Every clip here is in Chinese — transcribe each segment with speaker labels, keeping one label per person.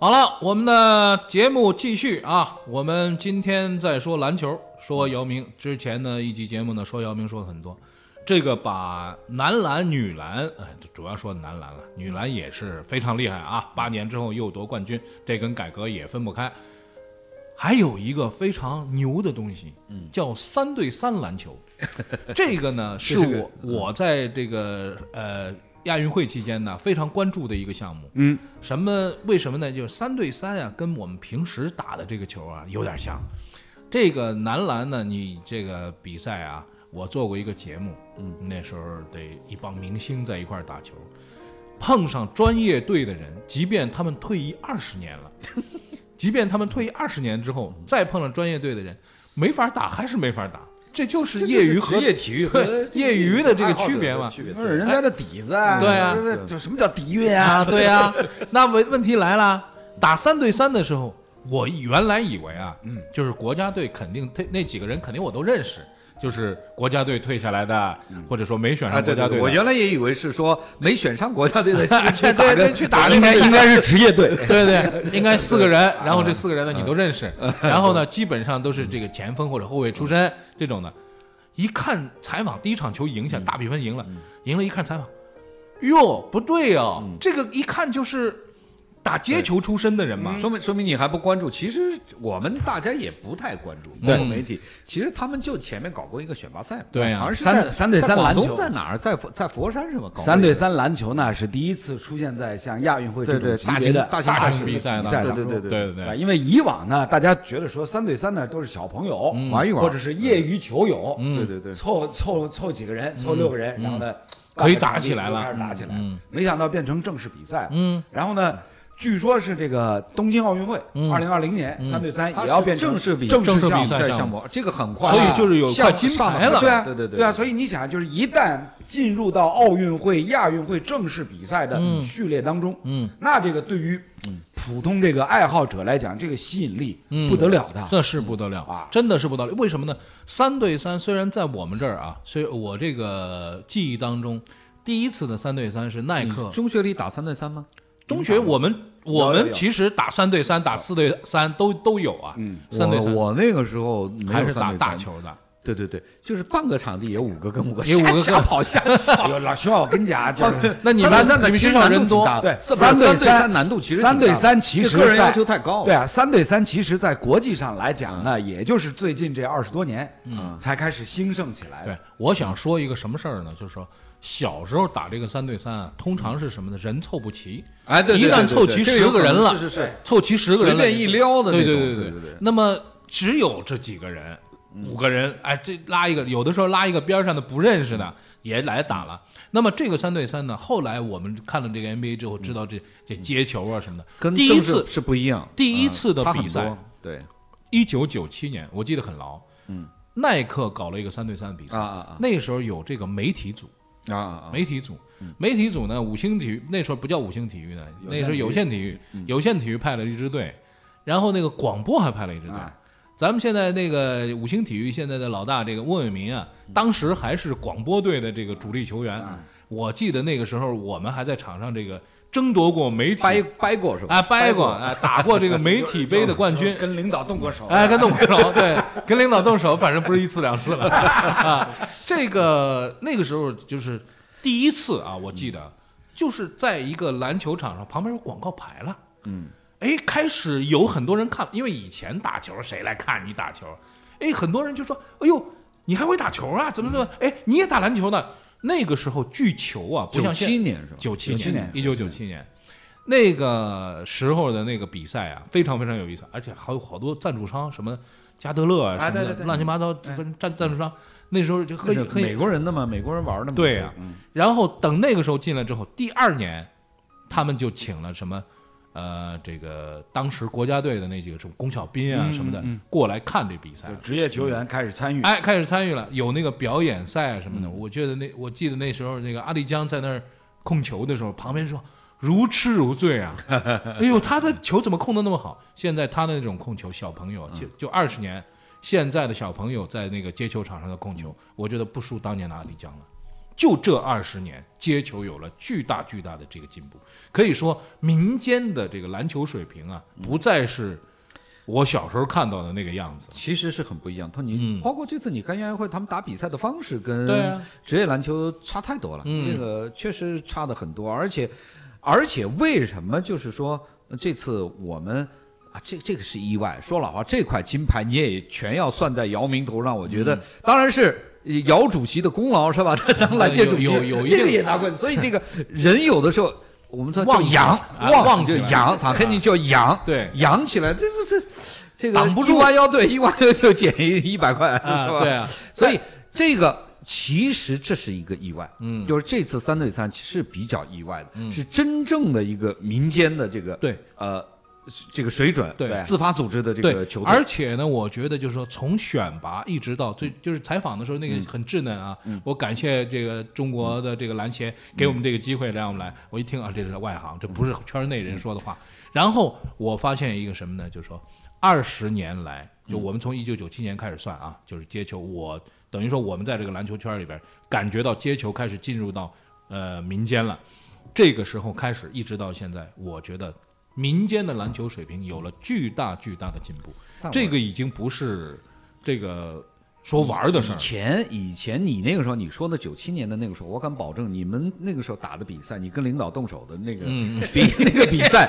Speaker 1: 好了，我们的节目继续啊！我们今天再说篮球，说姚明。之前呢一期节目呢说姚明说了很多，这个把男篮、女篮，哎，主要说男篮了，女篮也是非常厉害啊！八年之后又夺冠军，这跟改革也分不开。还有一个非常牛的东西，嗯，叫三对三篮球。这个呢是我我在这个呃亚运会期间呢非常关注的一个项目。嗯，什么？为什么呢？就是三对三啊，跟我们平时打的这个球啊有点像。这个男篮呢，你这个比赛啊，我做过一个节目，嗯，那时候得一帮明星在一块儿打球，碰上专业队的人，即便他们退役二十年 了，即便他们退役二十年之后，再碰上专业队的人，没法打，还是没法打。这就是业余和
Speaker 2: 职业体育和
Speaker 1: 对
Speaker 2: 这个
Speaker 1: 业余的这个
Speaker 2: 爱好者
Speaker 1: 区别嘛
Speaker 2: 区别
Speaker 3: 那是人家的底子啊。
Speaker 1: 对啊
Speaker 3: 这这什么叫底蕴
Speaker 1: 啊，
Speaker 3: 啊？
Speaker 1: 对呀、那问问题来了，打三对三的时候，我原来以为啊，嗯，就是国家队肯定那那几个人肯定我都认识，就是国家队退下来的，或者说没选
Speaker 2: 啊，
Speaker 1: 上
Speaker 2: 对
Speaker 1: 国家队
Speaker 2: 对对，
Speaker 1: 的。
Speaker 2: 我原来也以为是说没选上国家队 的去打
Speaker 1: 对
Speaker 2: 个
Speaker 1: 对去打
Speaker 3: 应该应该是职业队。
Speaker 1: 对对，应该四个 人，然后这四个人呢你都认识，
Speaker 2: 嗯
Speaker 1: 然后呢基本上都是这个前锋或者后卫出身这种的。一看采访第一场球赢
Speaker 2: 嗯
Speaker 1: 下，大比分赢了，赢了，一看采访，哟不对哦，
Speaker 2: 嗯
Speaker 1: 这个一看就是打接球出身的人嘛，
Speaker 2: 说明说明你还不关注，其实我们大家也不太关注。
Speaker 1: 对
Speaker 2: 包括媒体，其实他们就前面搞过一个选拔赛嘛，
Speaker 1: 对啊
Speaker 2: 好像是
Speaker 3: 三
Speaker 2: 在
Speaker 3: 三对
Speaker 2: 在
Speaker 3: 三
Speaker 2: 广
Speaker 3: 篮
Speaker 2: 东
Speaker 3: 球
Speaker 2: 在哪儿？在佛在佛山是吧？搞
Speaker 3: 三
Speaker 2: 过一
Speaker 3: 对
Speaker 2: 个
Speaker 3: 三篮球呢是第一次出现在像亚运会这种
Speaker 2: 对对
Speaker 3: 级
Speaker 2: 大
Speaker 3: 别
Speaker 2: 型
Speaker 3: 的
Speaker 2: 大型
Speaker 1: 大
Speaker 2: 赛
Speaker 1: 型
Speaker 2: 事
Speaker 1: 比赛
Speaker 3: 比
Speaker 1: 呢，
Speaker 3: 赛
Speaker 2: 对
Speaker 3: 当
Speaker 2: 对
Speaker 3: 中
Speaker 2: 对对。
Speaker 1: 对对
Speaker 3: 啊，因为以往呢，大家觉得说三对三呢都是小朋友
Speaker 1: 嗯
Speaker 2: 玩一玩
Speaker 3: 或者是业余球友，
Speaker 2: 对对对
Speaker 3: 凑凑凑几个人，凑六个人，然后呢，
Speaker 1: 嗯可以打起来了
Speaker 3: 就开始打起来
Speaker 1: 嗯嗯。
Speaker 3: 没想到变成正式比赛，
Speaker 1: 嗯，
Speaker 3: 然后呢，据说是这个东京奥运会，二零二零年三对三
Speaker 2: 它
Speaker 3: 也要
Speaker 2: 是
Speaker 3: 变成
Speaker 2: 正式比
Speaker 3: 正
Speaker 1: 嗯正式
Speaker 3: 项
Speaker 1: 比
Speaker 3: 目
Speaker 1: 赛项
Speaker 2: 项目，这个很快，
Speaker 1: 所以就是有
Speaker 2: 项
Speaker 1: 快金
Speaker 2: 上的
Speaker 1: 牌
Speaker 2: 很
Speaker 1: 了
Speaker 3: 对啊，
Speaker 2: 对对
Speaker 3: 对啊，所以你想，就是一旦进入到奥运会、亚运会正式比赛的
Speaker 1: 嗯
Speaker 3: 序列当中，
Speaker 1: 嗯，
Speaker 3: 那这个对于普通这个爱好者来讲，这个吸引力
Speaker 1: 嗯
Speaker 3: 不得了 的。
Speaker 1: 这是不得了
Speaker 3: 啊
Speaker 1: 真的是不得了。为什么呢？三对三虽然在我们这儿啊，虽我这个记忆当中，第一次的三对三是耐克。
Speaker 2: 嗯中学里打三对三吗？
Speaker 1: 中学我们我
Speaker 3: 有有
Speaker 1: 们
Speaker 3: 有
Speaker 1: 其实打三对三、打四对三都都有啊，三对
Speaker 2: 我
Speaker 1: 三
Speaker 2: 嗯我那个时候没
Speaker 1: 还
Speaker 2: 有
Speaker 1: 是打
Speaker 2: 三对
Speaker 1: 大
Speaker 2: 三，
Speaker 1: 球 的。
Speaker 2: 对对对，就是半个场地有五个跟我
Speaker 1: 有五个跟
Speaker 2: 瞎跑瞎
Speaker 3: 哎呦，老徐啊，我跟你讲啊，就是
Speaker 1: 那你们
Speaker 2: 三对三的
Speaker 1: 你们
Speaker 2: 其
Speaker 1: 学
Speaker 2: 实
Speaker 1: 校
Speaker 2: 难度
Speaker 1: 人
Speaker 2: 挺
Speaker 1: 多，
Speaker 2: 大的，
Speaker 3: 对
Speaker 2: 不是
Speaker 3: 三对
Speaker 2: 三
Speaker 3: 三
Speaker 2: 三难度其实挺大
Speaker 3: 三
Speaker 2: 的
Speaker 3: 对三，其实
Speaker 2: 这个人
Speaker 3: 在
Speaker 2: 要求太高了
Speaker 3: 对啊，三对三其实，在国际上来讲呢，也就是最近这二十多年，才开始兴盛起来的。
Speaker 1: 对，我想说一个什么事儿呢？就是说，小时候打这个三对三啊，通常是什么呢？人凑不齐，
Speaker 2: 哎对对
Speaker 1: 一旦
Speaker 2: 对
Speaker 1: 凑
Speaker 2: 对
Speaker 1: 齐
Speaker 2: 这个有
Speaker 1: 十个人
Speaker 2: 可能
Speaker 1: 了，
Speaker 2: 是是是，
Speaker 1: 凑齐十个人了，
Speaker 2: 随便一撩的
Speaker 1: 对
Speaker 2: 那种
Speaker 1: 对
Speaker 2: 对
Speaker 1: 对
Speaker 2: 对对
Speaker 1: 那么只有这几个人，五个人，哎，这拉一个，有的时候拉一个边上的不认识的也来打了。那么这个三对三呢，后来我们看了这个 NBA 之后，知道
Speaker 2: 嗯
Speaker 1: 这这接球啊什么的，
Speaker 2: 跟
Speaker 1: 第一
Speaker 2: 正式
Speaker 1: 次
Speaker 2: 是不一样，
Speaker 1: 第一
Speaker 2: 嗯
Speaker 1: 次的
Speaker 2: 差很
Speaker 1: 比赛
Speaker 2: 多对啊
Speaker 1: 一九九七年，我记得很牢，嗯，耐克搞了一个三对三的比赛
Speaker 2: 啊，啊啊
Speaker 1: 那时候有这个媒体组。
Speaker 2: 啊啊啊，
Speaker 1: 媒体组，媒体组呢，五星体育那时候不叫五星体育呢，嗯那时候有线体育，有线体育派了一支队，然后那个广播还派了一支队。咱们现在那个五星体育现在的老大这个翁伟民啊，当时还是广播队的这个主力球员。啊我记得那个时候我们还在场上这个争夺过媒体，
Speaker 2: 掰掰过是吧？
Speaker 1: 哎掰过，哎打过这个媒体杯的冠军，
Speaker 3: 跟领导动过手
Speaker 1: 哎，跟动手，对，跟领导动手，反正不是一次两次了 啊。这个那个时候就是第一次啊，我记得就是在一个篮球场上，旁边有广告牌了，嗯，哎，开始有很多人看，因为以前打球谁来看你打球？哎，很多人就说，哎呦，你还会打球啊？怎么怎么？哎，你也打篮球呢？那个时候巨球啊，不像现
Speaker 2: 97年是吧
Speaker 1: 九七
Speaker 3: 97
Speaker 1: 年
Speaker 3: 年，
Speaker 1: 一九九七年。那个时候的那个比赛啊，非常非常有意思，而且还有好多赞助商，什么加德乐啊，什
Speaker 2: 啊
Speaker 1: 么
Speaker 2: 对
Speaker 1: 的
Speaker 2: 对对嗯
Speaker 1: 乱七八糟，分赞赞助商。那时候就
Speaker 2: 那
Speaker 1: 很
Speaker 2: 是
Speaker 1: 很
Speaker 2: 美国人的嘛，美国人玩的嘛，嗯
Speaker 1: 对啊，然后等那个时候进来之后，第二年他们就请了什么，呃，这个当时国家队的那几个什么龚小斌啊
Speaker 3: 嗯
Speaker 1: 什么的、
Speaker 3: 嗯嗯
Speaker 1: 过来看这比赛
Speaker 3: 就
Speaker 1: 了，
Speaker 3: 职业球员开始参与，嗯
Speaker 1: 哎，开始参与了，有那个表演赛啊什么的。我觉得那我记得那时候那个阿丽江在那儿控球的时候，旁边说如痴如醉 啊，哎呦，他的球怎么控的那么好？现在他的那种控球，小朋
Speaker 3: 嗯
Speaker 1: 友就就二十年，现在的小朋友在那个接球场上的控球，我觉得不输当年的阿丽江了。就这二十年，接球有了巨大巨大的这个进步，可以说民间的这个篮球水平啊，不再是我小时候看到的那个样子了。
Speaker 2: 其实是很不一样。他你
Speaker 1: 嗯
Speaker 2: 包括这次你看亚运会，他们打比赛的方式
Speaker 1: 对
Speaker 2: 跟
Speaker 1: 啊
Speaker 2: 职业篮球差太多了，
Speaker 1: 嗯
Speaker 2: 这个确实差的很多。而且，而且为什么就是说呃这次我们啊，这这个是意外。说老实话，这块金牌你也全要算在姚明头上，我觉得、
Speaker 1: 嗯
Speaker 2: 当然是。呃姚主席的功劳是吧？他 当篮协主席，
Speaker 1: 有有有一定
Speaker 2: 这个也拿冠军，所以这个人有的时候我们说叫
Speaker 1: 忘
Speaker 2: 扬
Speaker 1: 啊，
Speaker 2: 忘
Speaker 1: 忘
Speaker 2: 就
Speaker 1: 起来
Speaker 2: 扬，咱肯定叫扬，
Speaker 1: 对
Speaker 2: 扬起来，这这这这个
Speaker 1: 挡不住
Speaker 2: 一弯腰，对，一弯腰就减一一百块，
Speaker 1: 啊，
Speaker 2: 是吧？
Speaker 1: 对啊，
Speaker 2: 所以这个其实这是一个意外，
Speaker 1: 嗯
Speaker 2: 就是这次三对三是比较意外的，
Speaker 1: 嗯
Speaker 2: 是真正的一个民间的这个
Speaker 1: 对
Speaker 2: 呃这个水准，
Speaker 1: 对
Speaker 2: 自发组织的这
Speaker 1: 对
Speaker 2: 个球队，
Speaker 1: 而且呢，我觉得就是说，从选拔一直到
Speaker 2: 嗯
Speaker 1: 最，就是采访的时候那个很稚嫩啊，我感谢这个中国的这个篮协给我们这个机会，让我们
Speaker 2: 嗯
Speaker 1: 来。我一听啊，这是外行，这不是圈内人说的话。然后我发现一个什么呢？就是说，二十年来，就
Speaker 2: 嗯
Speaker 1: 我们从一九九七年开始算啊，就是接球，我等于说我们在这个篮球圈里边感觉到接球开始进入到呃民间了。这个时候开始，一直到现在，我觉得民间的篮球水平有了巨大巨大的进步。
Speaker 2: 但我
Speaker 1: 这个已经不是这个说玩儿的事
Speaker 2: 以
Speaker 1: 儿，
Speaker 2: 前以前你那个时候你说的九七年的那个时候，我敢保证你们那个时候打的比赛，你跟领导动手的那个、
Speaker 1: 嗯
Speaker 2: 比那个比赛。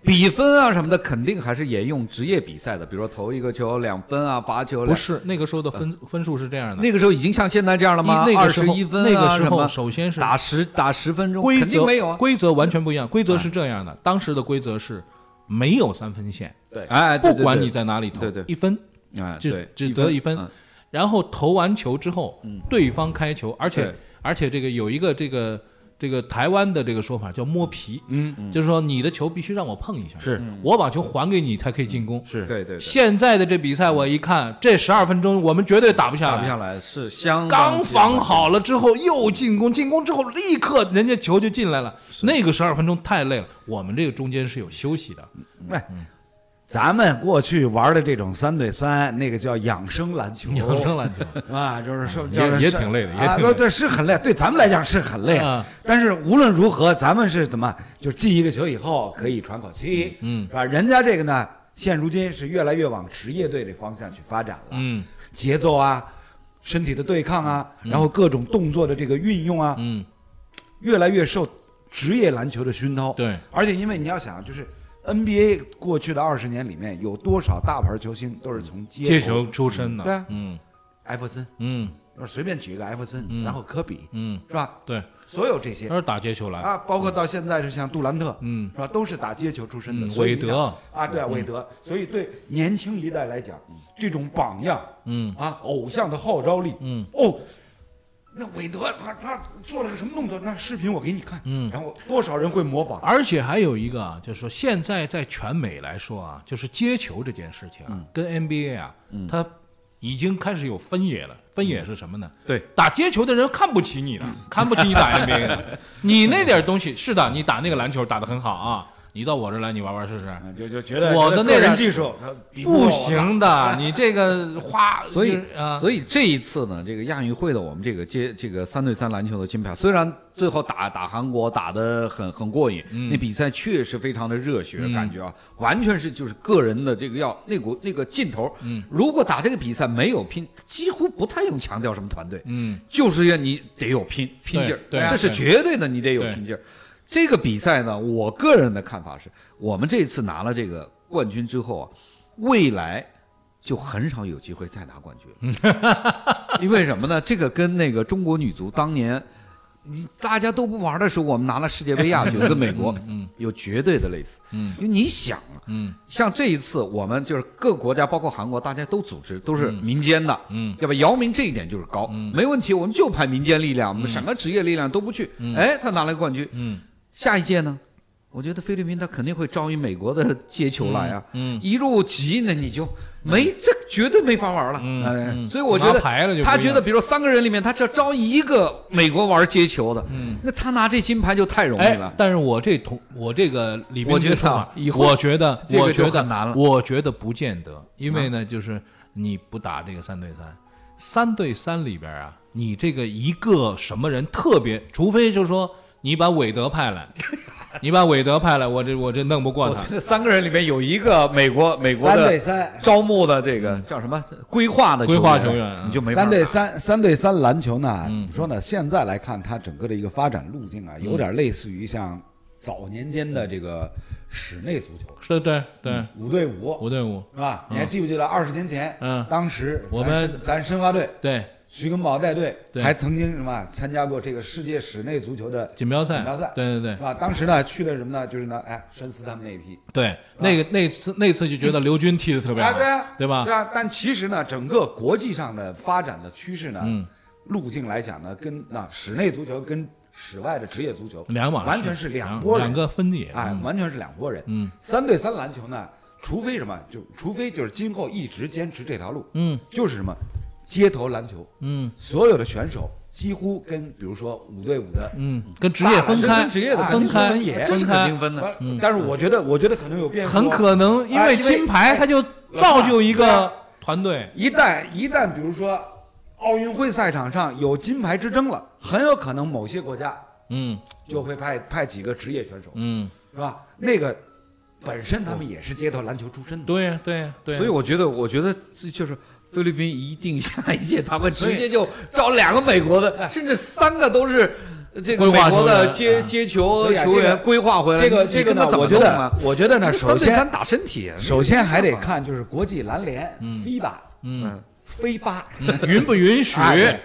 Speaker 2: 比分啊什么的，肯定还是沿用职业比赛的，比如说投一个球两分啊，罚球
Speaker 1: 不
Speaker 2: 两
Speaker 1: 是那个时候的分分数是这样的。
Speaker 2: 那个时候已经像现在这样了吗？
Speaker 1: 一那
Speaker 2: 二
Speaker 1: 个时
Speaker 2: 十
Speaker 1: 候
Speaker 2: 一分啊
Speaker 1: 那个时
Speaker 2: 什
Speaker 1: 候
Speaker 2: 么
Speaker 1: 首先是
Speaker 2: 打十打十分钟，
Speaker 1: 规
Speaker 2: 肯定
Speaker 1: 则
Speaker 2: 没有啊。
Speaker 1: 规则完全不一样。规则是这样的，当时的规则是没有三分线，
Speaker 2: 哎，对
Speaker 1: 不
Speaker 2: 对
Speaker 1: 管
Speaker 2: 对
Speaker 1: 你在哪里投，
Speaker 2: 对对
Speaker 1: 一分
Speaker 2: 哎，
Speaker 1: 只
Speaker 2: 对
Speaker 1: 只得一分
Speaker 2: 嗯。
Speaker 1: 然后投完球之后，对方开球，而且
Speaker 2: 对
Speaker 1: 而且这个有一个这个这个台湾的这个说法叫摸皮，嗯，就是说你的球必须让我碰一下，
Speaker 3: 是
Speaker 1: 我把球还给你才可以进攻，
Speaker 3: 是
Speaker 2: 对对对，
Speaker 1: 现在的这比赛，我一看，这十二分钟我们绝对打不下来。
Speaker 2: 打不下来是相当
Speaker 1: 刚防好了之后又进攻，进攻之后立刻人家球就进来了。那个十二分钟太累了，我们这个中间是有休息的。
Speaker 3: 哎，咱们过去玩的这种三对三，那个叫养生篮球，
Speaker 1: 养生篮球，
Speaker 3: 啊，就是说
Speaker 1: 也
Speaker 3: 就是
Speaker 1: 也
Speaker 3: 是
Speaker 1: 挺累的也挺
Speaker 3: 啊，
Speaker 1: 累
Speaker 3: 对对，是很累，对咱们来讲是很累
Speaker 1: 啊。
Speaker 3: 但是无论如何，咱们是怎么就进一个球以后可以喘口气，
Speaker 1: 嗯嗯
Speaker 3: 是吧？人家这个呢，现如今是越来越往职业队这方向去发展了，
Speaker 1: 嗯
Speaker 3: 节奏啊，身体的对抗啊，然后各种动作的这个运用啊，
Speaker 1: 嗯，
Speaker 3: 越来越受职业篮球的熏陶。
Speaker 1: 对，
Speaker 3: 而且因为你要想，就是 NBA 过去的二十年里面，有多少大牌球星都是从街
Speaker 1: 接球出身的。
Speaker 3: 对啊
Speaker 1: 嗯
Speaker 3: 艾弗森，
Speaker 1: 嗯
Speaker 3: 随便举一个艾弗森，
Speaker 1: 嗯
Speaker 3: 然后科比，
Speaker 1: 嗯，
Speaker 3: 是吧？
Speaker 1: 对，
Speaker 3: 所有这些
Speaker 1: 他是打接球来。
Speaker 3: 啊，包括到现在是像杜兰特，
Speaker 1: 嗯
Speaker 3: 是吧？都是打街球出身的
Speaker 1: 嗯，
Speaker 3: 所以
Speaker 1: 韦
Speaker 3: 你想
Speaker 1: 德
Speaker 3: 啊，对啊韦德，所以对年轻一代来讲，这种榜样
Speaker 1: 嗯
Speaker 3: 啊，偶像的号召力，
Speaker 1: 嗯，
Speaker 3: 哦。那韦德他他做了个什么动作？那视频我给你看，
Speaker 1: 嗯
Speaker 3: 然后多少人会模仿？
Speaker 1: 而且还有一个啊，就是说现在在全美来说啊，就是接球这件事情
Speaker 3: 嗯
Speaker 1: 啊，跟 NBA 啊，它已经开始有分野
Speaker 3: 嗯
Speaker 1: 了。分野是什么呢？
Speaker 2: 对，
Speaker 1: 打接球的人看不起你了，看不起你 打 NBA 的。你那点东西是的，你打那个篮球打得很好啊，你到我这儿来你玩玩试试，
Speaker 3: 啊就就觉得
Speaker 1: 我的
Speaker 3: 觉得
Speaker 1: 那
Speaker 3: 个人
Speaker 1: 点
Speaker 3: 技术他比我
Speaker 1: 不
Speaker 3: 了
Speaker 1: 行的，你这个花
Speaker 2: 所以
Speaker 1: 就是
Speaker 3: 呃
Speaker 1: 啊，
Speaker 2: 所以这一次呢，这个亚运会的我们这个接这个三对三篮球的金牌，虽然最后打打韩国打得很很过瘾，
Speaker 1: 嗯
Speaker 2: 那比赛确实非常的热血，感觉啊，完全是就是个人的这个要那股那个劲头。嗯，如果打这个比赛没有拼，几乎不太用强调什么团队，
Speaker 1: 嗯，
Speaker 2: 就是要你得有拼拼劲儿，
Speaker 1: 对对
Speaker 2: 这是
Speaker 1: 对
Speaker 2: 绝对的，你得有
Speaker 1: 对
Speaker 2: 拼劲儿。这个比赛呢，我个人的看法是，我们这次拿了这个冠军之后啊，未来就很少有机会再拿冠军了， 因为什么呢？这个跟那个中国女足当年。你大家都不玩的时候，我们拿了世界杯亚军，跟美国有绝对的类似。
Speaker 1: 嗯，
Speaker 2: 因为你想啊，
Speaker 1: 嗯
Speaker 2: 像这一次我们就是各国家，包括韩国，大家都组织，都是民间的，
Speaker 1: 嗯，
Speaker 2: 要吧？姚明这一点就是高，没问题，我们就派民间力量，我们什么职业力量都不去。哎，他拿了个冠军，
Speaker 1: 嗯嗯
Speaker 2: 下一届呢？我觉得菲律宾他肯定会招引美国的接球来啊，
Speaker 1: 嗯，
Speaker 2: 一路急呢你就没这绝对没法玩了。
Speaker 1: 嗯
Speaker 2: 哎
Speaker 1: 嗯
Speaker 2: 所以我觉
Speaker 1: 拿
Speaker 2: 得
Speaker 1: 牌了就不一样
Speaker 2: 他觉得，比如三个人里面，他只要招一个美国玩接球的，
Speaker 1: 嗯，
Speaker 2: 那他拿这金牌就太容易
Speaker 1: 哎
Speaker 2: 了，。
Speaker 1: 但是我这同我这个里面
Speaker 2: 我觉得
Speaker 1: 说
Speaker 2: 啊
Speaker 1: 法
Speaker 2: 以后
Speaker 1: 我觉得
Speaker 2: 这个
Speaker 1: 我
Speaker 2: 就
Speaker 1: 觉得
Speaker 2: 很难了
Speaker 1: 我觉得不见得，因为呢，就是你不打这个三对三，三对三里边啊，你这个一个什么人特别，除非就是说你把韦德派来， 你把韦德派来，我这我这弄不过
Speaker 2: 我
Speaker 1: 他
Speaker 2: 觉。得三个人里面有一个美国美国
Speaker 3: 三对
Speaker 2: 的
Speaker 3: 三，
Speaker 2: 招募的这个叫什么规划的
Speaker 1: 规划球员啊
Speaker 2: 你就没法
Speaker 3: 三对
Speaker 2: 打
Speaker 3: 三，三对三篮球呢，
Speaker 1: 嗯
Speaker 3: 怎么说呢？现在来看，它整个的一个发展路径啊，有点类似于像早年间的这个室内足球，
Speaker 1: 是，对对，
Speaker 3: 五对五，
Speaker 1: 五对五，
Speaker 3: 是吧？你还记不记得二十年前，
Speaker 1: 嗯
Speaker 3: 当时咱
Speaker 1: 我们
Speaker 3: 咱申花队
Speaker 1: 对
Speaker 3: 徐根宝带队，
Speaker 1: 对
Speaker 3: 还曾经什么参加过这个世界室内足球的
Speaker 1: 锦标赛，
Speaker 3: 锦标赛
Speaker 1: 对对对
Speaker 3: 是。吧？当时呢，去的什么呢？就是呢，哎，深思他们那一批，
Speaker 1: 对，那个那次那次就觉得刘军踢的特别好，
Speaker 3: 啊，对啊，
Speaker 1: 对吧？
Speaker 3: 对啊，但其实呢，整个国际上的发展的趋势呢，
Speaker 1: 嗯
Speaker 3: 路径来讲呢，跟那室内足球跟室外的职业足球
Speaker 1: 两码事
Speaker 3: 完全是两
Speaker 1: 两
Speaker 3: 拨人，
Speaker 1: 两个分野，
Speaker 3: 哎，
Speaker 1: 嗯
Speaker 3: 完全是两拨人。
Speaker 1: 嗯
Speaker 3: 三对三篮球呢，除非什么，就除非就是今后一直坚持这条路，
Speaker 1: 嗯
Speaker 3: 就是什么街头篮球，
Speaker 1: 嗯
Speaker 3: 所有的选手几乎跟比如说五对五的。
Speaker 1: 嗯，跟职业分
Speaker 3: 大
Speaker 1: 开，
Speaker 3: 篮球跟职业的
Speaker 1: 分开，
Speaker 3: 分野
Speaker 2: 这是
Speaker 1: 分
Speaker 2: 肯
Speaker 1: 开
Speaker 2: 定，分的。
Speaker 1: 嗯
Speaker 3: 但是我觉得，我觉得可能有变数哦，
Speaker 1: 很可能因
Speaker 2: 哎
Speaker 1: 为金牌，他就造就一
Speaker 2: 啊
Speaker 1: 个团队，
Speaker 3: 一旦一旦比如说奥运会赛场上有金牌之争了，很有可能某些国家
Speaker 1: 嗯
Speaker 3: 就会派派几个职业选手，
Speaker 1: 嗯，
Speaker 3: 是吧？那个本身他们也是街头篮球出身的，
Speaker 1: 对呀对呀对呀，
Speaker 2: 所以我觉得，我觉得这就是菲律宾一定下一届他会直接就招两个美国
Speaker 3: 哎
Speaker 2: 的，甚至三个都是这个
Speaker 1: 规
Speaker 2: 美
Speaker 1: 划
Speaker 2: 国
Speaker 1: 球
Speaker 2: 的
Speaker 1: 员
Speaker 2: 接
Speaker 1: 嗯
Speaker 2: 接球
Speaker 3: 所以啊
Speaker 2: 球
Speaker 3: 这个
Speaker 2: 员规划回来。
Speaker 3: 这个
Speaker 2: 你
Speaker 3: 这个
Speaker 2: 你跟他
Speaker 3: 呢，
Speaker 2: 怎么
Speaker 3: 我觉
Speaker 2: 弄啊
Speaker 3: 得我觉得呢，
Speaker 2: 这
Speaker 3: 首
Speaker 2: 三对
Speaker 3: 先
Speaker 2: 三打身体，啊
Speaker 3: 首先还得看就是国际篮联、FIBA、
Speaker 1: 嗯
Speaker 2: 嗯，
Speaker 3: FIBA
Speaker 1: 嗯允不允许？
Speaker 3: 哎对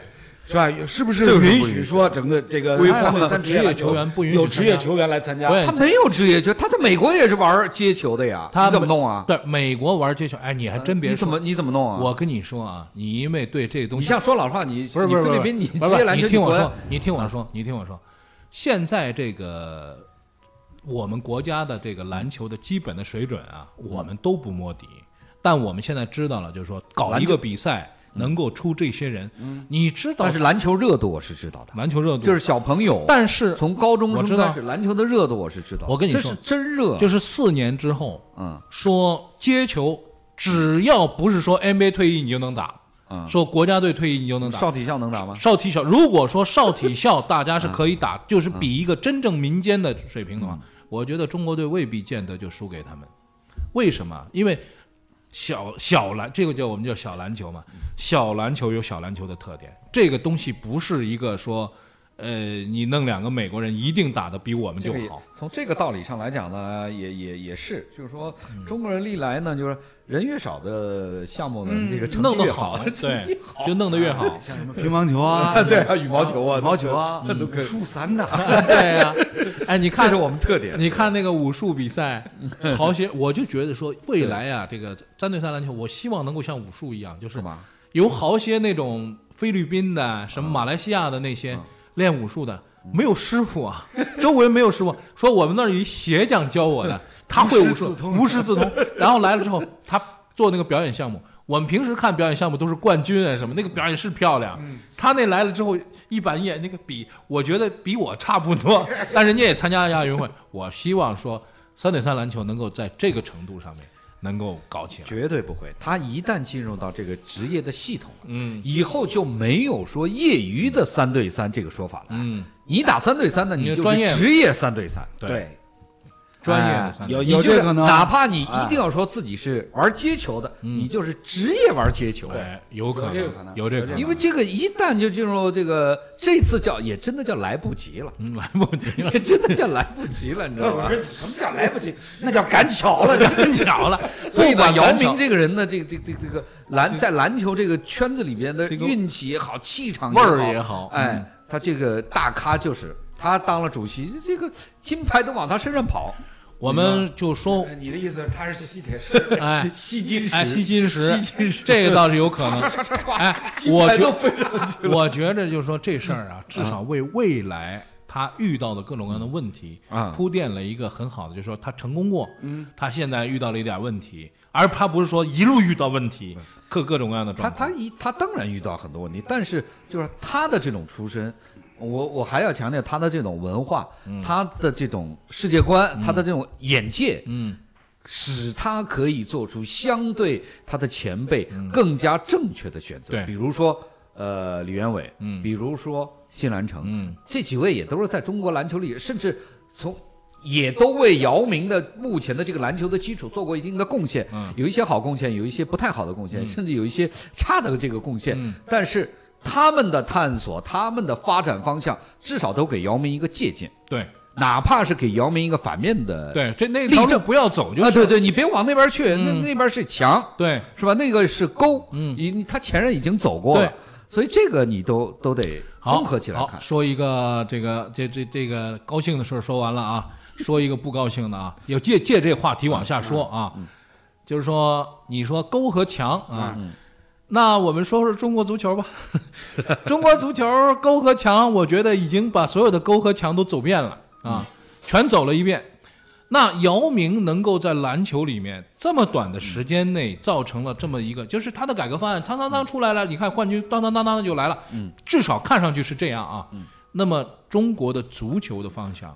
Speaker 3: 是吧？是不是
Speaker 2: 这个是
Speaker 3: 允
Speaker 2: 不允
Speaker 3: 许
Speaker 2: 许
Speaker 3: 说整个这个
Speaker 2: 规
Speaker 3: 三
Speaker 2: 范
Speaker 3: 对
Speaker 2: 了
Speaker 3: 三
Speaker 1: 职业
Speaker 3: 篮球
Speaker 1: 球员不允许
Speaker 3: 有职业
Speaker 1: 参加
Speaker 3: 球员来参加？
Speaker 1: 对
Speaker 2: 他没有职业球，他在美国也是玩接球的呀，
Speaker 1: 他
Speaker 2: 你怎么弄啊？
Speaker 1: 对，美国玩这球，哎，你还真别
Speaker 2: 你怎
Speaker 1: 说，
Speaker 2: 么你怎么弄啊？
Speaker 1: 我跟你说啊，你因为对这东
Speaker 2: 你
Speaker 1: 西
Speaker 2: 像说老实话，你
Speaker 1: 不是不是
Speaker 2: 你
Speaker 1: 不
Speaker 2: 菲
Speaker 1: 是，
Speaker 2: 律宾你
Speaker 1: 不是不
Speaker 2: 接
Speaker 1: 是
Speaker 2: 篮球啊
Speaker 1: 你听我
Speaker 2: 国
Speaker 1: 说，你听我说，你听我说，现在这个我们国家的这个篮球的基本的水准啊，我们都不摸底，但我们现在知道了，就是说搞一个比赛能够出这些人，你知道
Speaker 2: 嗯但是篮球热度我是知道的，
Speaker 1: 篮球热度
Speaker 2: 就是，小朋友，
Speaker 1: 嗯但是
Speaker 2: 从高中
Speaker 1: 我知
Speaker 2: 生
Speaker 1: 道
Speaker 2: 开始，篮球的热度我是知道的。
Speaker 1: 我跟你
Speaker 2: 这
Speaker 1: 说
Speaker 2: 是真热，
Speaker 1: 就是四年之后
Speaker 2: 嗯
Speaker 1: 说接球，只要不是说 NBA 退役你就能打，
Speaker 2: 嗯，
Speaker 1: 说国家队退役你就能打，
Speaker 2: 少体校能打吗？嗯
Speaker 1: 少体校，如果说少体校大家是可以打，就是比一个真正民间的水平的话，我觉得中国队未必见得就输给他们。为什么？因为小小篮这个叫我们叫小篮球
Speaker 2: 嗯
Speaker 1: 嘛，小篮球有小篮球的特点，这个东西不是一个说，呃，你弄两个美国人一定打得比我们
Speaker 2: 这
Speaker 1: 就
Speaker 2: 个也
Speaker 1: 好。
Speaker 2: 从这个道理上来讲呢，也也也是，就是说
Speaker 1: 嗯
Speaker 2: 中国人历来呢，就是人越少的项目呢，这个
Speaker 1: 嗯
Speaker 2: 成
Speaker 1: 弄
Speaker 2: 绩
Speaker 1: 得
Speaker 2: 越
Speaker 1: 好，
Speaker 2: 好。
Speaker 1: 对，就弄得越好。
Speaker 4: 像什么乒乓球啊
Speaker 2: 对啊，羽毛球啊，
Speaker 4: 羽毛球啊
Speaker 2: 都可，以
Speaker 4: 输三的，
Speaker 1: 对呀、哎，你
Speaker 2: 这
Speaker 1: 看
Speaker 2: 是我们特点。
Speaker 1: 你看那个武术比 赛，好些，我就觉得说未来啊，这个三对三篮球，我希望能够像武术一样，就是
Speaker 2: 是吧？
Speaker 1: 有好些那种菲律宾的、什么马来西亚的那些练武术的，没有师傅啊，周围没有师傅。说我们那儿有一鞋匠教我 的，他会武术，无师 自通。然后来了之后，他做那个表演项目。我们平时看表演项目都是冠军啊什么，那个表演是漂亮。他那来了之后一板一眼，那个比我觉得比我差不 多，但人家也参加亚运会。我希望说三对三篮球能够在这个程度上面能够搞起来。
Speaker 2: 绝对不会，他一旦进入到这个职业的系统，
Speaker 1: 嗯
Speaker 2: 以后就没有说业余的三对三这个说法了。
Speaker 1: 嗯，
Speaker 2: 你打三对三的，
Speaker 1: 你
Speaker 2: 你就是
Speaker 1: 专业
Speaker 2: 职业三对三，
Speaker 1: 对，专业的三对三。
Speaker 4: 有
Speaker 2: 你就
Speaker 4: 有
Speaker 2: 是
Speaker 4: 这可能，
Speaker 2: 哪怕你一定要说自己是玩接球的，你就是职业玩接球。
Speaker 1: 哎，有可
Speaker 3: 有这个可能
Speaker 1: 有这个可能，
Speaker 2: 因为这个一旦就进入这个这次叫也真的叫来不及了，
Speaker 1: 嗯来不及了，
Speaker 2: 也真的叫来不及了，你知道
Speaker 3: 我
Speaker 2: 吗？
Speaker 3: 说 什么叫来不及？那叫赶巧 了，
Speaker 1: 巧了。
Speaker 2: 所以呢，
Speaker 1: 不管
Speaker 2: 姚
Speaker 1: 赶巧
Speaker 2: 明这个人呢，这个这个这个这个篮在篮球这个圈子里边的
Speaker 1: 这个
Speaker 2: 运气也好，气场
Speaker 1: 味儿也好嗯
Speaker 2: 哎，他这个大咖就是他当了主席，这个金牌都往他身上跑，，
Speaker 1: 我们就说，
Speaker 4: 你的意思是他是吸铁石？
Speaker 1: 哎
Speaker 2: 吸金石，
Speaker 1: 哎，吸金石，
Speaker 2: 吸金石，
Speaker 1: 这个倒是有可能。哎，我
Speaker 2: 都
Speaker 1: 觉
Speaker 2: 飞上去了。嗯
Speaker 1: 我觉着就是说这事儿啊，至少为未来他遇到的各种各样的问题，
Speaker 2: 嗯
Speaker 1: 铺垫了一个很好的，就是说他成功过，嗯，他现在遇到了一点问题，而他不是说一路遇到问题，各各种各样的
Speaker 2: 嗯他
Speaker 1: 状
Speaker 2: 他
Speaker 1: 况。
Speaker 2: 一他当然遇到很多问题，但是就是他的这种出身，我我还要强调他的这种文化，
Speaker 1: 嗯
Speaker 2: 他的这种世界观，他的这种眼界，
Speaker 1: 嗯，
Speaker 2: 使他可以做出相对他的前辈更加正确的选择。
Speaker 1: 嗯对
Speaker 2: 比如说呃李元伟，
Speaker 1: 嗯
Speaker 2: 比如说辛兰成，
Speaker 1: 嗯，
Speaker 2: 这几位也都是在中国篮球里，甚至从。也都为姚明的目前的这个篮球的基础做过一定的贡献，
Speaker 1: 嗯
Speaker 2: 有一些好贡献，有一些不太好的贡献，甚至有一些差的这个贡献。
Speaker 1: 嗯
Speaker 2: 但是他们的探索，他们的发展方向，至少都给姚明一个借鉴，
Speaker 1: 对
Speaker 2: 哪怕是给姚明一个反面的
Speaker 1: 对，这那条
Speaker 2: 立
Speaker 1: 路
Speaker 2: 正
Speaker 1: 不要走就是
Speaker 2: 啊，
Speaker 1: 了。
Speaker 2: 对对，你别往那边去，那
Speaker 1: 嗯
Speaker 2: 那边是墙，
Speaker 1: 对
Speaker 2: 是吧？那个是沟，
Speaker 1: 嗯
Speaker 2: 你你他前任已经走过了
Speaker 1: 对，
Speaker 2: 所以这个你都都得
Speaker 1: 好，
Speaker 2: 综合起来
Speaker 1: 好
Speaker 2: 看。
Speaker 1: 说一个这个这这这个高兴的事儿说完了啊，说一个不高兴的啊，有借借这话题往下说
Speaker 2: 嗯
Speaker 1: 啊，就是说你说沟和墙
Speaker 2: 嗯
Speaker 1: 啊，那我们说说中国足球吧。 中国足球沟和墙，我觉得已经把所有的沟和墙都走遍了啊，全走了一遍。那姚明能够在篮球里面这么短的时间内造成了这么一个，就是他的改革方案，当当当出来了，你看冠军当当当当就来了，
Speaker 2: 嗯
Speaker 1: 至少看上去是这样啊。那么中国的足球的方向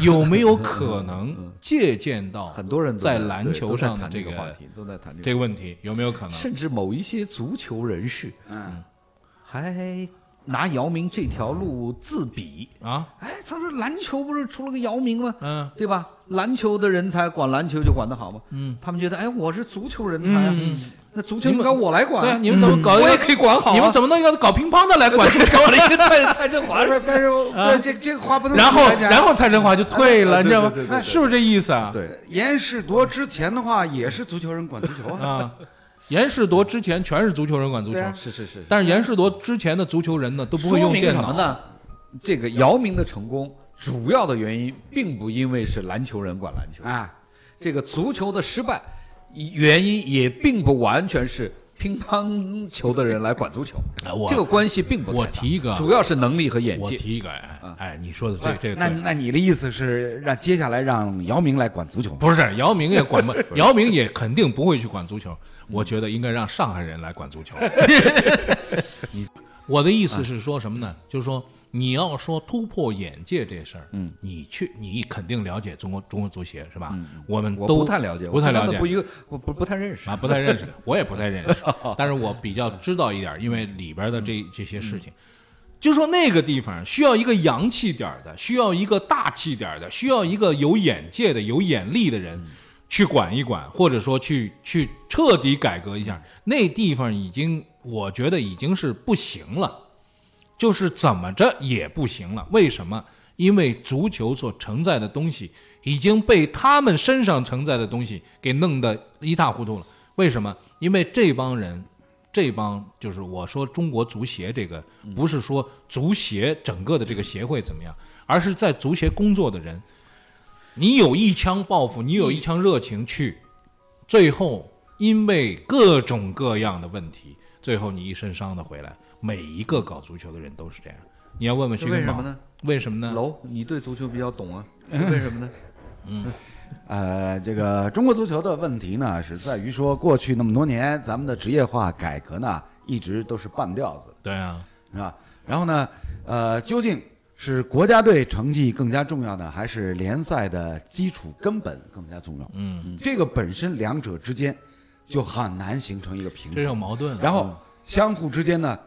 Speaker 1: 有没有可 能借鉴到
Speaker 2: 嗯很多人都
Speaker 1: 在篮
Speaker 2: 对
Speaker 1: 球
Speaker 2: 都在
Speaker 1: 上的
Speaker 2: 谈这
Speaker 1: 个
Speaker 2: 话题，都在谈这
Speaker 1: 这
Speaker 2: 个
Speaker 1: 个问题有没有可
Speaker 2: 问
Speaker 1: 能
Speaker 2: 题，？甚至某一些足球人士
Speaker 3: 嗯，
Speaker 2: 还拿姚明这条路自比。
Speaker 1: 啊，
Speaker 2: 哎，他说篮球不是出了个姚明吗？
Speaker 1: 嗯
Speaker 2: 对吧？篮球的人才管篮球就管得好吗？
Speaker 1: 嗯，
Speaker 2: 他们觉得，哎，我是足球人才啊，那足
Speaker 1: 你
Speaker 2: 球
Speaker 1: 们
Speaker 2: 应该我来管
Speaker 1: 对
Speaker 2: 啊。
Speaker 1: 啊，你们怎么搞？
Speaker 2: 我也可以管好啊
Speaker 1: 你们怎么能要搞乒乓的来管足 球了？
Speaker 2: 蔡蔡振华
Speaker 3: 不是，但是我但这这个话不能
Speaker 1: 啊然后
Speaker 3: 随便讲
Speaker 1: 然后蔡振华就退了，你知道吗
Speaker 2: 对对对？对
Speaker 1: 那是不是这意思啊？
Speaker 2: 对，
Speaker 3: 严世铎之前的话也是足球人管足球啊，
Speaker 1: 啊，严世铎之前全是足球人管足球
Speaker 3: 对，啊
Speaker 2: 是是是，
Speaker 1: 但是严世铎之前的足球人呢都不会
Speaker 2: 说
Speaker 1: 用
Speaker 2: 明
Speaker 1: 电
Speaker 2: 什么
Speaker 1: 脑。
Speaker 2: 呢？这个姚明的成功，主要的原因并不因为是篮球人管篮球，
Speaker 3: 啊，
Speaker 2: 这个足球的失败原因也并不完全是乒乓球的人来管足球，
Speaker 1: 哎我
Speaker 2: 这个关系并不太大。
Speaker 1: 我提一个啊
Speaker 2: 主要是能力和眼
Speaker 1: 我
Speaker 2: 界。
Speaker 1: 提一个，哎
Speaker 2: 啊
Speaker 1: 哎，你说的这这个
Speaker 3: 那
Speaker 1: 对
Speaker 3: 那你的意思是让接下来让姚明来管足球？
Speaker 1: 不是姚明也管 不，姚明也肯定不会去管足球。我觉得应该让上海人来管 足球。我的意思是说什么呢？就是说你要说突破眼界这事儿，嗯，你去你肯定了解中国中国足协是吧？我们
Speaker 2: 嗯我
Speaker 1: 都
Speaker 2: 不太了解，
Speaker 1: 不太了
Speaker 2: 我
Speaker 1: 解，
Speaker 2: 不一个，我不不太认识。
Speaker 1: 啊，不太认识，我也不太认识，但是我比较知道一点儿，因为里边儿的这这些事情，就说那个地方需要一个洋气点儿的，需要一个大气点儿的，需要一个有眼界的、有眼力的人去管一管，或者说去去彻底改革一下。那地方已经，我觉得已经是不行了，就是怎么着也不行了。为什么？因为足球所承载的东西已经被他们身上承载的东西给弄得一塌糊涂了。为什么？因为这帮人，这帮就是我说中国足协这个，不是说足协整个的这个协会怎么样，而是在足协工作的人，你有一腔抱负，你有一腔热情去，最后因为各种各样的问题，最后你一身伤的回来。每一个搞足球的人都是这样。你要问问徐
Speaker 2: 为
Speaker 1: 根
Speaker 2: 什
Speaker 1: 宝
Speaker 2: 么呢？？
Speaker 1: 为什么呢？
Speaker 2: 楼，你对足球比较懂啊？为什么呢？
Speaker 3: 呃，这个中国足球的问题呢，是在于说过去那么多年，咱们的职业化改革呢，一直都是半吊子，
Speaker 1: 对啊，
Speaker 3: 是吧？然后呢，呃，究竟是国家队成绩更加重要呢，还是联赛的基础根本更加重要？
Speaker 1: 嗯，
Speaker 3: 这个本身两者之间就很难形成一个平
Speaker 1: 这有
Speaker 3: 衡，
Speaker 1: 矛盾了。
Speaker 3: 然后相互之间呢，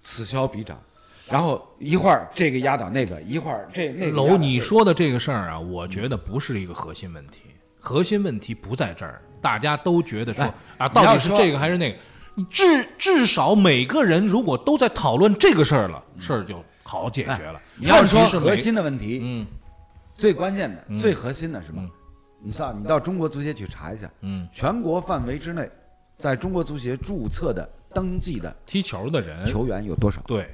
Speaker 3: 此消彼长。然后一会儿这个压倒那个，哎一会儿这那个压
Speaker 1: 楼，
Speaker 3: 倒
Speaker 1: 你
Speaker 3: 这个
Speaker 1: 说的这个事儿啊，我觉得不是一个核心问题，核心问题不在这儿，大家都觉得说啊，到底是这个还是那个？你至至少每个人如果都在讨论这个事儿了，事儿就好解决了。
Speaker 3: 你要说
Speaker 1: 问题是每
Speaker 3: 核，心的问题，
Speaker 1: 嗯
Speaker 3: 最关键的、
Speaker 1: 嗯
Speaker 3: 最核心的是什么？你到你到中国足协去查一下，
Speaker 1: 嗯，
Speaker 3: 全国范围之内，在中国足协注册的、登记的
Speaker 1: 踢球的人，
Speaker 3: 球员有多少？
Speaker 1: 对，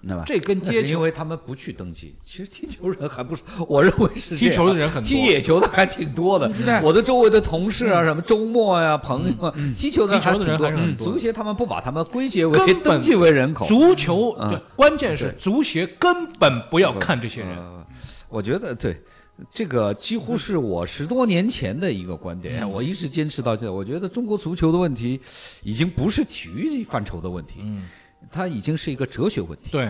Speaker 3: 你知道吧？
Speaker 1: 这跟
Speaker 2: 啊那
Speaker 1: 接
Speaker 2: 是因
Speaker 1: 球
Speaker 2: 为他们不去登记。其实踢球人还不是，我认为是这
Speaker 1: 踢
Speaker 2: 样
Speaker 1: 球的人很多嗯
Speaker 2: 踢野球的还挺多的。我的周围的同事啊，什么周末呀、朋友啊，踢球的
Speaker 1: 踢球的
Speaker 2: 挺嗯
Speaker 1: 人还是很多的
Speaker 2: 足协他们不把他们归结
Speaker 1: 根
Speaker 2: 为
Speaker 1: 本
Speaker 2: 登记为人口。
Speaker 1: 足球，
Speaker 2: 嗯
Speaker 1: 对，关键是足协根本不要看这些人，
Speaker 2: 呃我觉得对，这个几乎是我十多年前的一个观点，
Speaker 1: 嗯
Speaker 2: 我一直坚持到现在。我觉得中国足球的问题，已经不是体育范畴的问题，
Speaker 1: 嗯，
Speaker 2: 它已经是一个哲学问题。
Speaker 1: 对，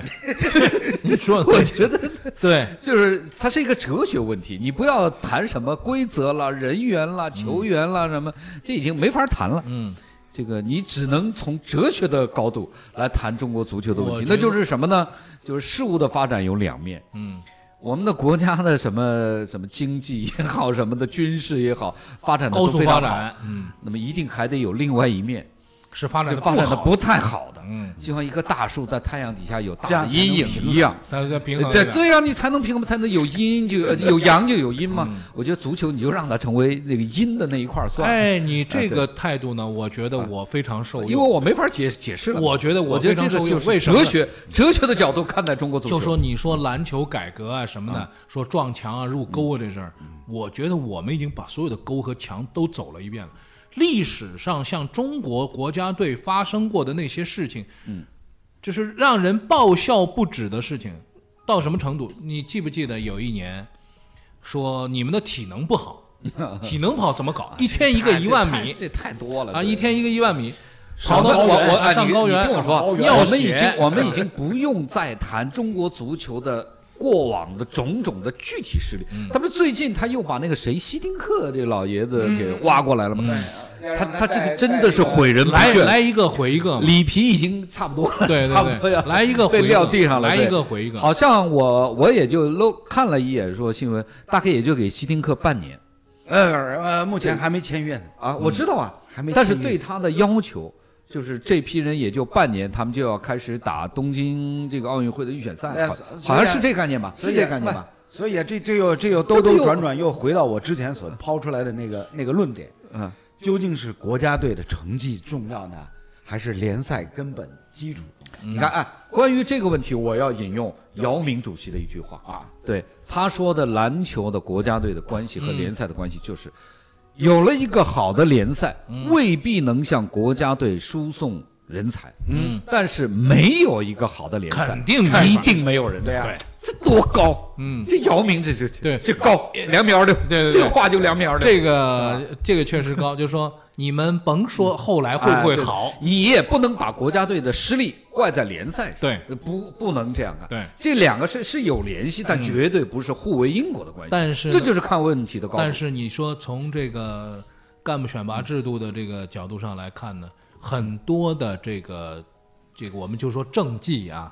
Speaker 1: 你说的
Speaker 2: 我觉得
Speaker 1: 对，
Speaker 2: 就是它是一个哲学问题，你不要谈什么规则啦、人员啦、球员啦什么，这已经没法谈了。
Speaker 1: 嗯，
Speaker 2: 这个你只能从哲学的高度来谈中国足球的问
Speaker 1: 我
Speaker 2: 题
Speaker 1: 觉，得
Speaker 2: 那就是什么呢？就是事物的发展有两面，
Speaker 1: 嗯，
Speaker 2: 我们的国家的什么什么经济也好，什么的军事也好，发展的
Speaker 1: 高
Speaker 2: 都
Speaker 1: 速
Speaker 2: 非
Speaker 1: 发
Speaker 2: 常好，
Speaker 1: 展，嗯，
Speaker 2: 那么一定还得有另外一面，
Speaker 1: 是发展
Speaker 2: 就
Speaker 1: 的
Speaker 2: 发展
Speaker 1: 不
Speaker 2: 的
Speaker 1: 好，
Speaker 2: 不太好的，
Speaker 1: 嗯，
Speaker 2: 就像一棵大树在太阳底下有
Speaker 3: 这
Speaker 2: 大
Speaker 3: 样
Speaker 2: 的
Speaker 3: 才能
Speaker 2: 阴影
Speaker 3: 平衡
Speaker 2: 一样。
Speaker 1: 大家平衡一
Speaker 2: 对，
Speaker 1: 下
Speaker 2: 这样你才能平衡，才能有 阴就呃有阳就有阴嘛。
Speaker 1: 嗯
Speaker 2: 我觉得足球你就让它成为那个阴的那一块儿算了，
Speaker 1: 哎，你这个态度呢，我觉得我非常受用，
Speaker 2: 啊因为我没法解解释了。
Speaker 1: 我觉得
Speaker 2: 我觉
Speaker 1: 非
Speaker 2: 得
Speaker 1: 常
Speaker 2: 这
Speaker 1: 受
Speaker 2: 个
Speaker 1: 用
Speaker 2: 就，
Speaker 1: 为
Speaker 2: 是
Speaker 1: 什么
Speaker 2: 哲
Speaker 1: 呢？
Speaker 2: 学哲学的角度看待中国足球。
Speaker 1: 就说你说篮球改革啊什么的，说撞墙啊入沟啊这事儿，
Speaker 2: 嗯
Speaker 1: 我觉得我们已经把所有的沟和墙都走了一遍了。历史上像中国国家队发生过的那些事情，嗯，就是让人爆笑不止的事情，到什么程度？你记不记得有一年说你们的体能不 好，体能不好怎么搞？一天一个一万米
Speaker 2: 哎这啊太多了
Speaker 1: 啊，一天一个一万米，
Speaker 2: 我
Speaker 1: 跑到
Speaker 2: 我我
Speaker 1: 啊
Speaker 2: 哎
Speaker 1: 上
Speaker 2: 你
Speaker 1: 高原，
Speaker 2: 你听我说，
Speaker 1: 尿
Speaker 2: 我们已经我们已经不用再谈中国足球的过往的种种的具体事例。
Speaker 1: 嗯
Speaker 2: 他不是最近他又把那个谁希丁克这老爷子
Speaker 1: 嗯
Speaker 2: 给挖过来了吗？他他这个真的是毁人不
Speaker 1: 来
Speaker 2: 倦。
Speaker 1: 来一个回一个嘛，
Speaker 2: 里皮已经差不多了，
Speaker 1: 嗯对对对
Speaker 2: 差不多要
Speaker 1: 来一个回一
Speaker 2: 被
Speaker 1: 个
Speaker 2: 撂地上了，
Speaker 1: 来
Speaker 2: 对
Speaker 1: 一个回一个
Speaker 2: 好像我我也就漏看了一眼，说新闻大概也就给希丁克半年
Speaker 3: 呃呃，目前还没签约呢，
Speaker 2: 啊，我知道啊，
Speaker 3: 还没签约。
Speaker 2: 但是对他的要求，就是这批人也就半年，他们就要开始打东京这个奥运会的预选赛，
Speaker 3: 哎
Speaker 2: 好
Speaker 3: 所以啊
Speaker 2: 好像是这概念吧？
Speaker 3: 所
Speaker 2: 是
Speaker 3: 以
Speaker 2: 这概念吧？
Speaker 3: 所以啊这这又这又兜兜转转又回到我之前所抛出来的那个那个论点，
Speaker 2: 嗯，
Speaker 3: 究竟是国家队的成绩重要呢，还是联赛根本基础？
Speaker 2: 你看，哎，关于这个问题，我要引用姚明主席的一句话
Speaker 1: 嗯
Speaker 2: 啊，对他说的，篮球的国家队的关系和联赛的关系就是。有了一个好的联赛，
Speaker 1: 嗯
Speaker 2: 未必能向国家队输送人才。嗯，但是没有一个好的联赛，
Speaker 1: 肯定没法
Speaker 2: 一定没有人才。
Speaker 1: 对啊
Speaker 2: 这多高！
Speaker 1: 嗯
Speaker 2: 这姚明这这这
Speaker 1: 对呃
Speaker 2: 这高两米二六，
Speaker 1: 对对对
Speaker 2: 这个话就两米二六。
Speaker 1: 这个这个确实 高，就说你们甭说后来会不会好
Speaker 2: 哎，对你也不能把国家队的失利怪在联赛上。
Speaker 1: 对，
Speaker 2: 不不能这样干。
Speaker 1: 对嗯
Speaker 2: 这两个是是有联系，但绝对不是互为因果的关系。
Speaker 1: 但是
Speaker 2: 这就是看问题的高度。
Speaker 1: 但是你说从这个干部选拔制度的这个角度上来看呢，很多的这个这个我们就说政绩啊，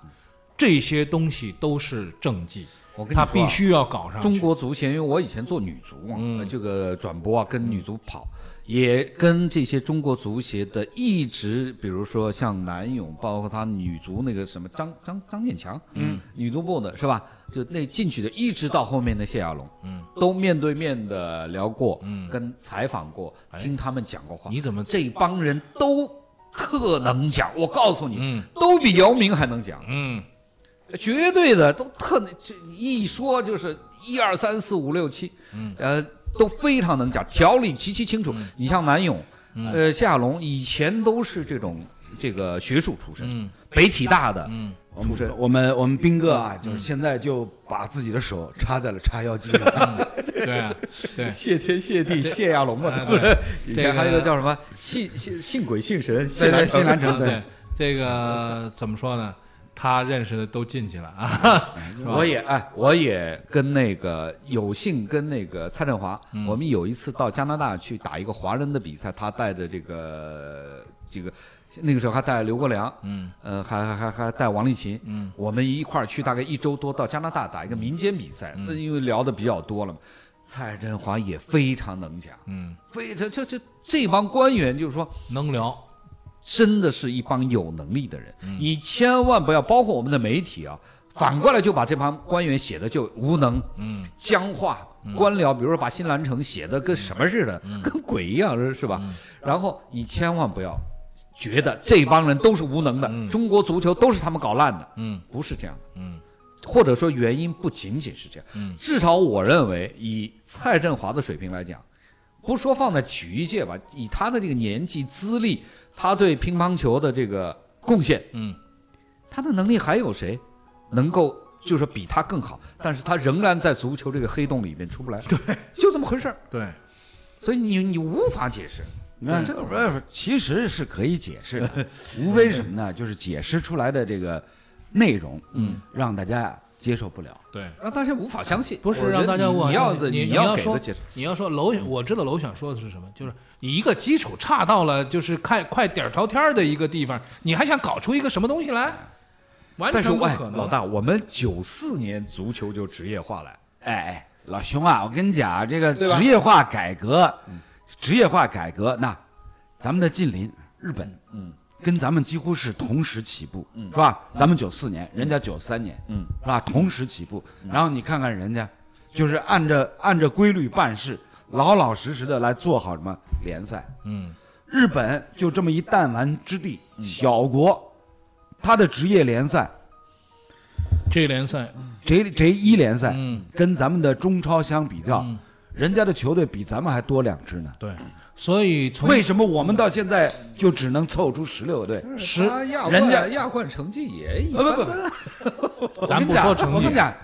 Speaker 1: 这些东西都是政绩，
Speaker 2: 我跟你说
Speaker 1: 他
Speaker 2: 啊，
Speaker 1: 必须要搞上去
Speaker 2: 中国足协，因为我以前做女足嘛，
Speaker 1: 嗯
Speaker 2: 这个转播啊，跟女足跑，也跟这些中国足协的一直，比如说像南勇，包括他女足那个什么张张张建强，嗯，女足部的是吧？就那进去的，一直到后面的谢亚龙，嗯，都面对面的聊过，嗯，跟采访过，听他们讲过话。
Speaker 1: 哎你怎么
Speaker 2: 这帮人都特能讲？我告诉你，
Speaker 1: 嗯
Speaker 2: 都比姚明还能讲。
Speaker 1: 嗯
Speaker 2: 绝对的都特这一说就是一二三四五六七，嗯，呃，都非常能讲，条理极其清楚。
Speaker 1: 嗯
Speaker 2: 你像南勇，呃，夏龙以前都是这种这个学术出身，
Speaker 1: 嗯
Speaker 2: 北体大的，
Speaker 1: 嗯，
Speaker 3: 我们我们我们斌哥
Speaker 2: 嗯
Speaker 3: 啊，就是现在就把自己的手插在了插腰机上，
Speaker 1: 对啊对
Speaker 2: 谢天谢地谢亚龙嘛，
Speaker 1: 哎
Speaker 2: 不是？
Speaker 1: 对
Speaker 2: 以前还有一
Speaker 1: 这
Speaker 2: 个
Speaker 1: 个
Speaker 2: 叫什么信信信鬼信神，
Speaker 3: 对对，新兰
Speaker 1: 啊
Speaker 3: 城对
Speaker 1: 对，这个怎么说呢？他认识的都进去了啊，是吧
Speaker 2: 我也哎，我也跟那个有幸跟那个蔡振华，
Speaker 1: 嗯
Speaker 2: 我们有一次到加拿大去打一个华人的比赛，他带着这个这个那个时候还带刘国梁，
Speaker 1: 嗯，
Speaker 2: 呃，还还还还带王励勤，
Speaker 1: 嗯，
Speaker 2: 我们一块儿去大概一周多到加拿大打一个民间比赛，
Speaker 1: 嗯
Speaker 2: 那因为聊的比较多了嘛，蔡振华也非常能讲，
Speaker 1: 嗯，
Speaker 2: 非这这这这帮官员就是说。
Speaker 1: 能聊，
Speaker 2: 真的是一帮有能力的人，
Speaker 1: 嗯
Speaker 2: 你千万不要，包括我们的媒体啊，反过来就把这帮官员写的就无能、
Speaker 1: 嗯嗯
Speaker 2: 僵化、官僚，比如说把新兰城写的跟什么似的，跟鬼一样，是吧？然后你千万不要觉得这帮人都是无能的，中国足球都是他们搞烂的，
Speaker 1: 嗯
Speaker 2: 不是这样的。
Speaker 1: 嗯
Speaker 2: 或者说原因不仅仅是这样，
Speaker 1: 嗯
Speaker 2: 至少我认为以蔡振华的水平来讲，不说放在体育界吧，以他的这个年纪资历，他对乒乓球的这个贡献，
Speaker 1: 嗯，
Speaker 2: 他的能力还有谁能够就是比他更好，但是他仍然在足球这个黑洞里面出不来，对，就这么回事儿。
Speaker 1: 对，
Speaker 2: 所以你你无法解释，
Speaker 3: 你看，这呃不是其实是可以解释的，无非是什么呢？就是解释出来的这个内容，嗯，让大家接受不了。
Speaker 1: 对，
Speaker 2: 让大家无法相信。
Speaker 1: 不是
Speaker 2: 我觉得
Speaker 1: 让大家
Speaker 2: 你
Speaker 1: 忘
Speaker 2: 你
Speaker 1: 记
Speaker 2: 要的
Speaker 1: 你
Speaker 2: 要
Speaker 1: 要
Speaker 2: 给的
Speaker 1: 说
Speaker 2: 解释，
Speaker 1: 你要说楼，我知道楼选说的是什么，就是你一个基础差到了就是快快点儿朝天儿的一个地方，你还想搞出一个什么东西来，完
Speaker 2: 但
Speaker 1: 全
Speaker 2: 是
Speaker 1: 不
Speaker 2: 哎
Speaker 1: 可，能。
Speaker 2: 老大，我们九四年足球就职业化了，
Speaker 3: 哎哎，老兄啊，我跟你讲，这个职业化改革，职业化改革，那咱们的近邻日本，嗯，跟咱们几乎是同时起步，嗯，是吧？咱们九四年，人家九三年，嗯，是吧？同时起步，然后你看看人家，就是按着按着规律办事，老老实实的来做好什么联赛，
Speaker 1: 嗯，
Speaker 3: 日本就这么一弹丸之地，小国，他的职业联赛
Speaker 1: 这联赛，
Speaker 3: J J 一联赛，
Speaker 1: 嗯，
Speaker 3: 跟咱们的中超相比较，人家的球队比咱们还多两支呢。
Speaker 1: 对，所以从
Speaker 3: 为什么我们到现在就只能凑出十六队？
Speaker 1: 十
Speaker 2: 他亚
Speaker 3: 人
Speaker 2: 冠
Speaker 3: 家
Speaker 2: 亚冠成绩也一
Speaker 3: 呃
Speaker 2: 般
Speaker 3: 不不，
Speaker 1: 咱不说成
Speaker 3: 我
Speaker 1: 绩
Speaker 3: 跟你，讲，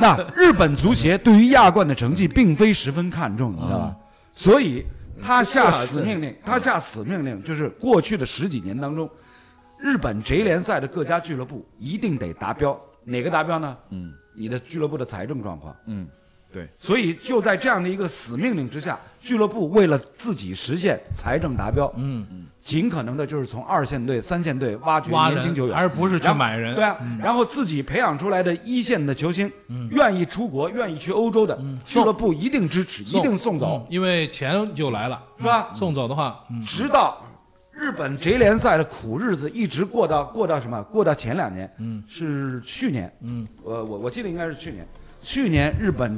Speaker 3: 那日本足协对于亚冠的成绩并非十分看重，你知道
Speaker 1: 啊
Speaker 3: 吧？所以他下死命令，他下死命令就是过去的十几年当中，日本 J 联赛的各家俱乐部一定得达标，哪个达标呢？嗯，你的俱乐部的财政状况。
Speaker 2: 嗯，对，
Speaker 3: 所以就在这样的一个死命令之下，俱乐部为了自己实现财政达标，
Speaker 1: 嗯，
Speaker 3: 尽可能的就是从二线队、三线队挖掘
Speaker 1: 挖
Speaker 3: 年轻球
Speaker 1: 人
Speaker 3: 员，
Speaker 1: 而不是去
Speaker 3: 然后
Speaker 1: 买人
Speaker 3: 对。啊，然后自己培养出来的一线的球星，愿意出国、愿意去欧洲的俱乐部一定支持，一定
Speaker 1: 嗯
Speaker 3: 送走，
Speaker 1: 因为钱就来了，
Speaker 3: 是吧？
Speaker 1: 送走的话，嗯，
Speaker 3: 直到日本 J 联赛的苦日子一直过到过到什么？过到前两年，嗯，是去年，嗯，呃，我我记得应该是去年，去年日本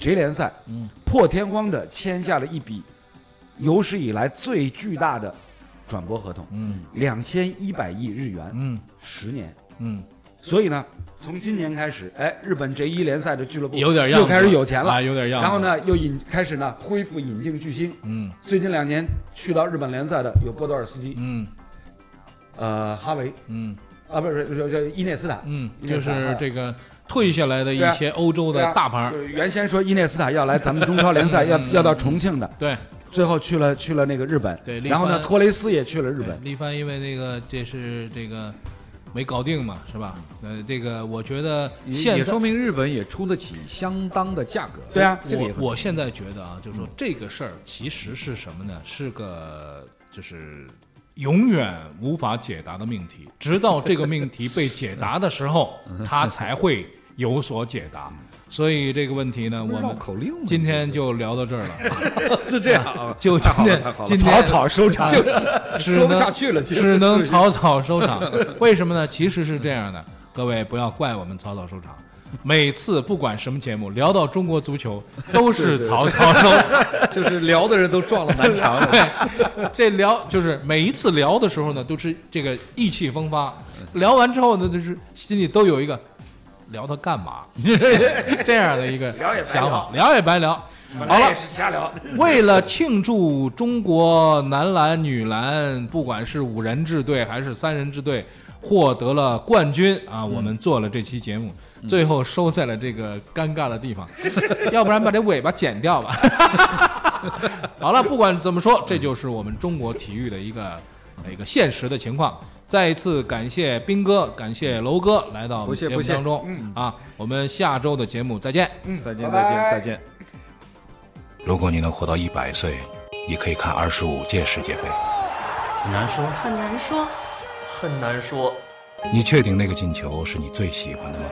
Speaker 3: J 联赛，嗯，破天荒的签下了一笔有史以来最巨大的转播合同，嗯，两千一百亿日元，
Speaker 1: 嗯，
Speaker 3: 十年，
Speaker 1: 嗯，
Speaker 3: 所以呢。从今年开始，哎，日本 J 一联赛的俱乐部
Speaker 1: 有点样子
Speaker 3: 又开始有钱了，
Speaker 1: 啊有点样子
Speaker 3: 然后呢，又引开始呢恢复引进巨星，
Speaker 1: 嗯
Speaker 3: 最近两年去到日本联赛的有波多尔斯基，
Speaker 1: 嗯
Speaker 3: 呃，哈维
Speaker 1: 嗯
Speaker 3: 啊，不是，不是伊涅斯塔，
Speaker 1: 嗯，
Speaker 3: 伊涅
Speaker 1: 就
Speaker 3: 斯塔
Speaker 1: 是
Speaker 3: 哈
Speaker 1: 这个退下来的一些欧洲
Speaker 3: 对啊
Speaker 1: 的大牌儿，
Speaker 3: 就是原先说伊涅斯塔要来咱们中超联 赛，要要到重庆的，
Speaker 1: 对
Speaker 3: 最后去了去了那个日本，
Speaker 1: 对
Speaker 3: 然后
Speaker 1: 另
Speaker 3: 呢，
Speaker 1: 外
Speaker 3: 托雷斯也去了日本，
Speaker 1: 力帆因为那个这是这个没搞定嘛，是吧？呃，这个我觉得
Speaker 2: 也
Speaker 1: 现
Speaker 2: 也
Speaker 1: 在
Speaker 2: 说明日本也出得起相当的价格。哎
Speaker 3: 对啊
Speaker 2: 这个也很
Speaker 1: 我我现在觉得啊，就是说这个事儿其实是什么呢？是个就是永远无法解答的命题，直到这个命题被解答的时候，它才会有所解答。所以这个问题呢，我
Speaker 2: 绕
Speaker 1: 们
Speaker 2: 口令嘛，
Speaker 1: 今天就聊到这儿了，
Speaker 2: 是这样啊，
Speaker 1: 就今天今天
Speaker 2: 草收场，
Speaker 1: 只
Speaker 2: 说不
Speaker 1: 能
Speaker 2: 下去了，其实
Speaker 1: 只能草草收场。为什么呢？其实是这样的，各位不要怪我们草草收场。每次不管什么节目，聊到中国足球都是草草收场。
Speaker 2: 就是聊的人都撞了南墙了。
Speaker 1: 对， 这聊就是每一次聊的时候呢，都是这个意气风发。聊完之后呢，就是心里都有一个聊他干嘛 这样的一个想法，聊也白聊。好了，瞎聊。为了庆祝中国男篮、女篮，不管是五人制队还是三人制队获得了冠军
Speaker 2: 嗯
Speaker 1: 啊，我们做了这期节目，最后收在了这个尴尬的地方， 要不然把这尾巴剪掉吧。 好了，不管怎么
Speaker 2: 嗯
Speaker 1: 说，这就是我们中国体育的一个一个现实的情况。再一次感谢斌哥，感谢楼哥来到我
Speaker 2: 不
Speaker 1: 们
Speaker 2: 谢
Speaker 1: 节目
Speaker 2: 不谢嗯
Speaker 1: 当中啊，我们下周的节目再见。
Speaker 2: 再见，再见，再见。
Speaker 5: 如果你能活到一百岁，你可以看二十五届世界杯。
Speaker 6: 很难说，
Speaker 7: 很难说，
Speaker 6: 很难说，
Speaker 5: 你确定那个进球是你最喜欢的吗？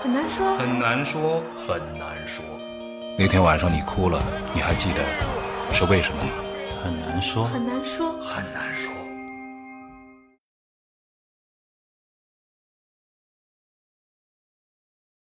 Speaker 7: 很难说，
Speaker 6: 很难说，很难说，
Speaker 5: 那天晚上你哭了，你还记得是为什么吗？
Speaker 6: 很难说，
Speaker 7: 很难说。
Speaker 6: 很难说。